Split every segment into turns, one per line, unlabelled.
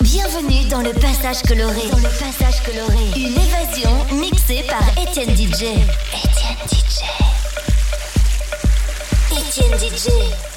Bienvenue dans le passage coloré. Dans le passage coloré. Une évasion mixée par Étienne DJ. Étienne DJ. Étienne DJ. Oh. Oh. Oh,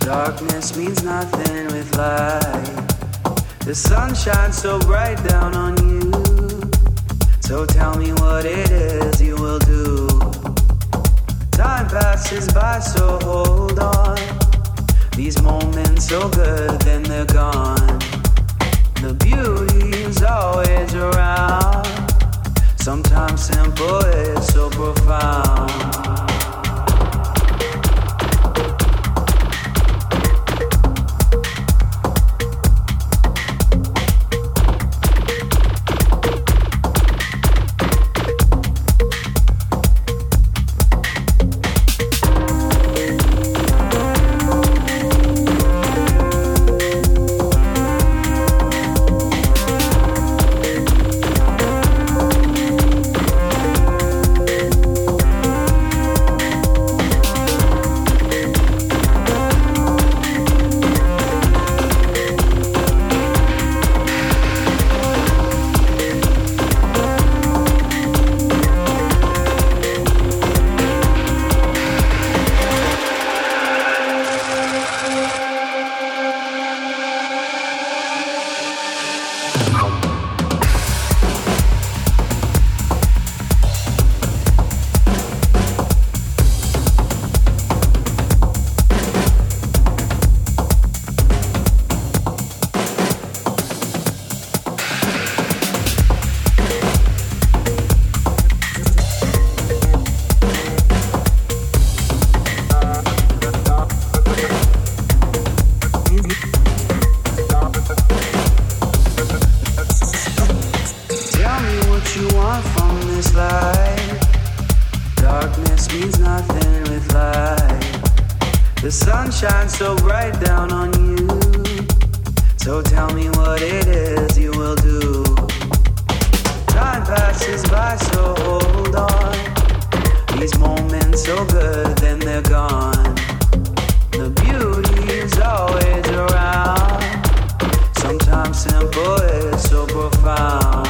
Darkness means nothing with light. The sun shines so bright down on you. So tell me what it is you will do. Time passes by, so hold on. These moments so good, then they're gone. The beauty is always around. Sometimes simple is so profound. Tell me what you want from this life. Darkness means nothing with light. The sun shines so bright down on you. So tell me what it is you will do. Time passes by, so hold on. These moments so good, then they're gone. The beauty is always around. Sometimes simple is so profound.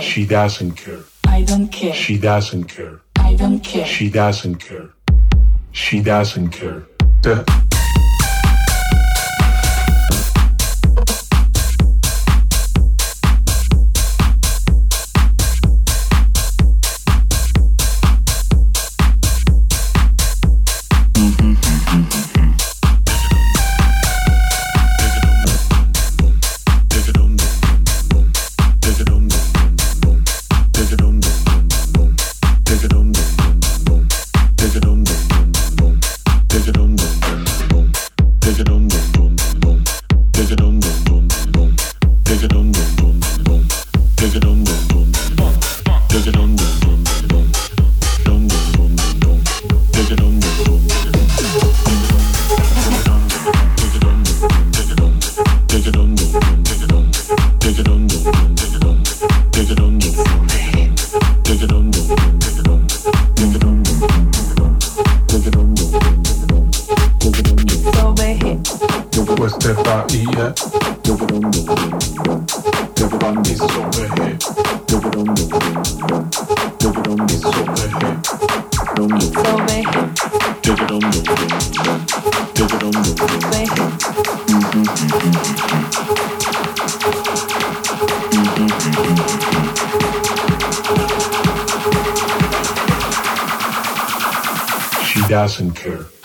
She doesn't care. I
don't care.
She doesn't care.
I don't care.
She doesn't care. She doesn't care. Duh.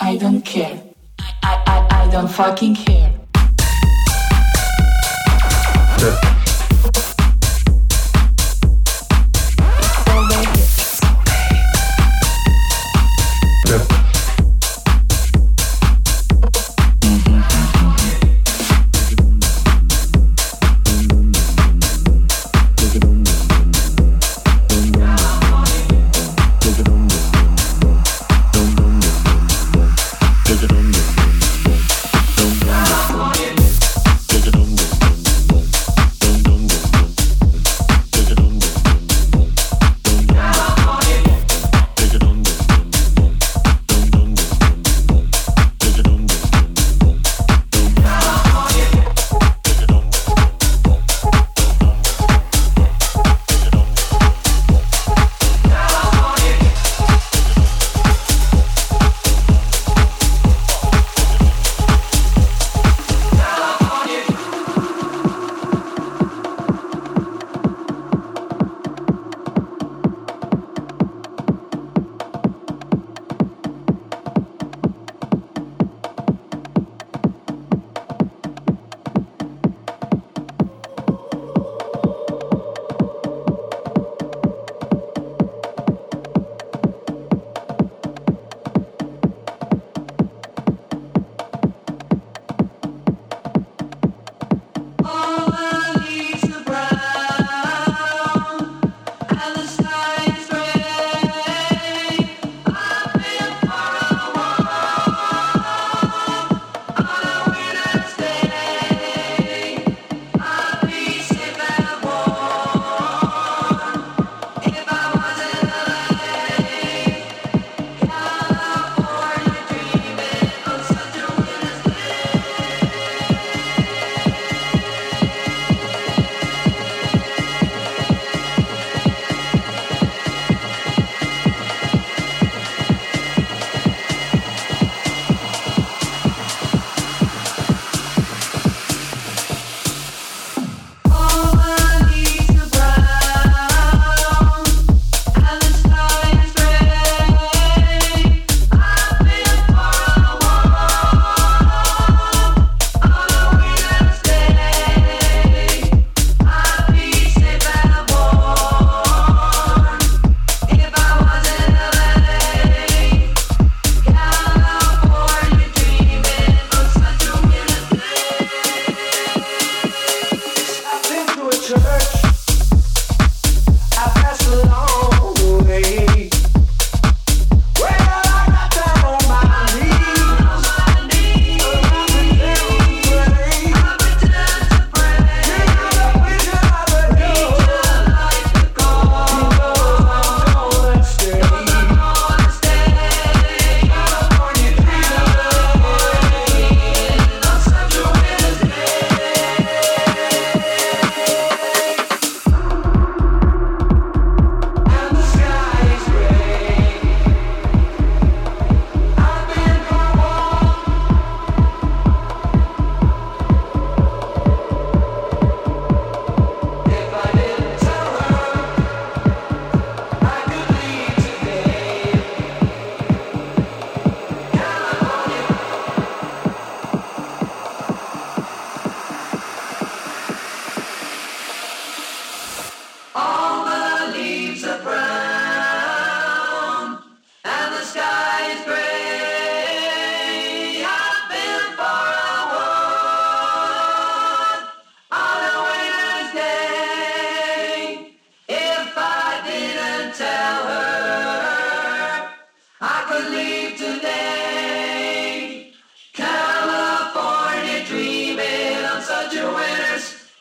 I don't care. I, I, I don't fucking care.
Yeah.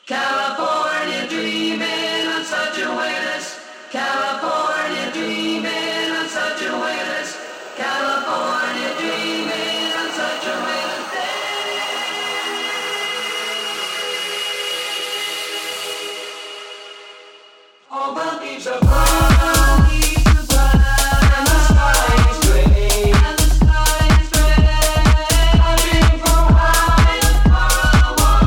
California dreaming on such a witness. California dreaming on such a witness. California dreaming on such a witness. Oh, but leaves are brown, leaves are brown, and the sky is gray, and the sky is gray. I dream for a while,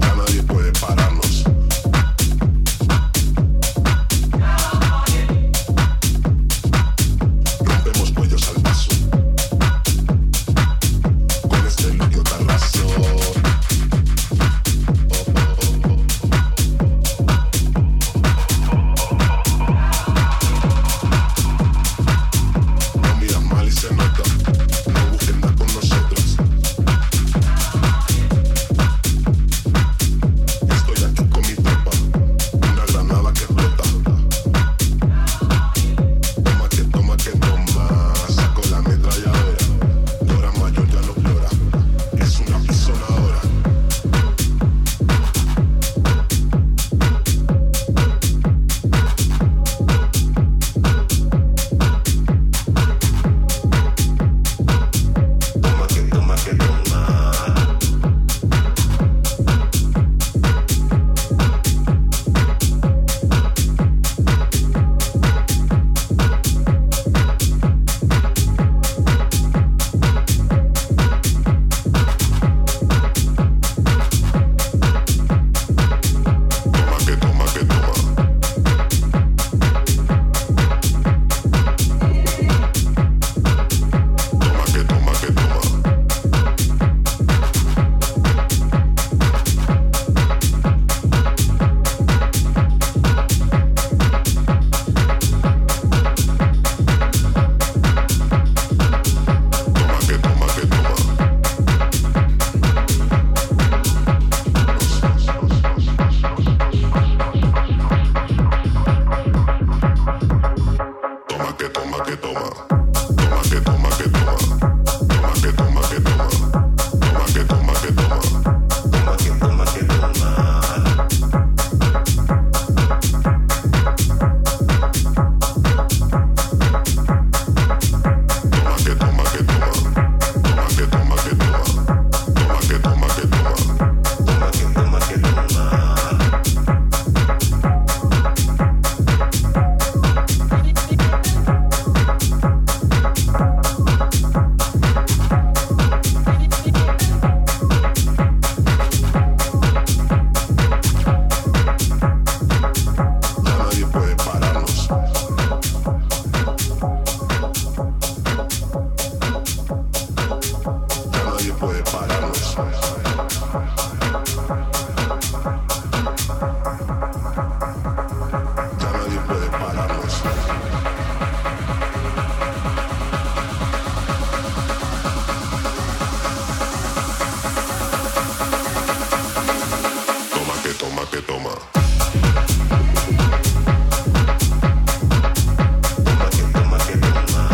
Ya nadie puede pararnos. Rompemos cuellos al paso. Con este limpio tarrazo. No miran mal y se nota. No busquen nada con nosotras. Estoy aquí con mi tropa, una granada que explota. Toma que toma que toma, saco la ametralladora. Llora mayor ya no llora, es una pisonadora. Toma que toma que toma. Toma que toma que toma. Toma que toma que toma. Toma que toma que toma. Toma que toma que toma. Toma que toma que toma. Toma que toma que toma. Toma que toma que toma. Toma que toma que toma. Toma que toma que toma, toma que toma que toma, toma que toma que toma, toma que toma que toma. Ya nadie puede pararnos. Ya nadie puede pararnos. Ya nadie puede pararnos. Toma que toma que toma. Toma que toma que toma.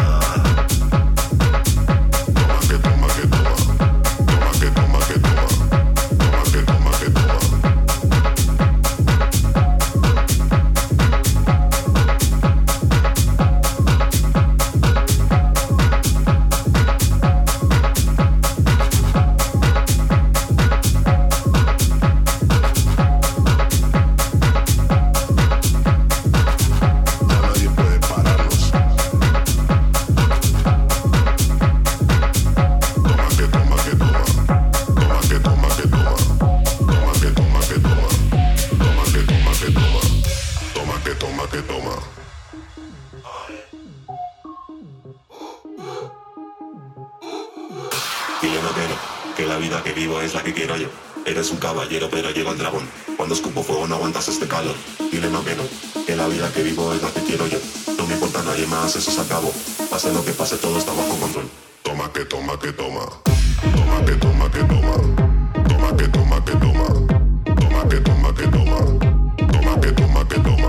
Toma que toma que toma, toma que toma que toma, toma que toma que toma.
Dile notero, que la vida que vivo es la que quiero yo. Eres un caballero, pero llega el dragón. Cuando escupo fuego no aguantas este calor. Dile notero, que la vida que vivo es la que quiero yo. No me importa nadie más, eso se acabó. Pase lo que pase, todo está bajo control. Toma que toma que toma. Toma que toma que toma. Toma que toma que toma. Toma que toma que toma. Toma que toma que toma.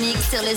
mix sur le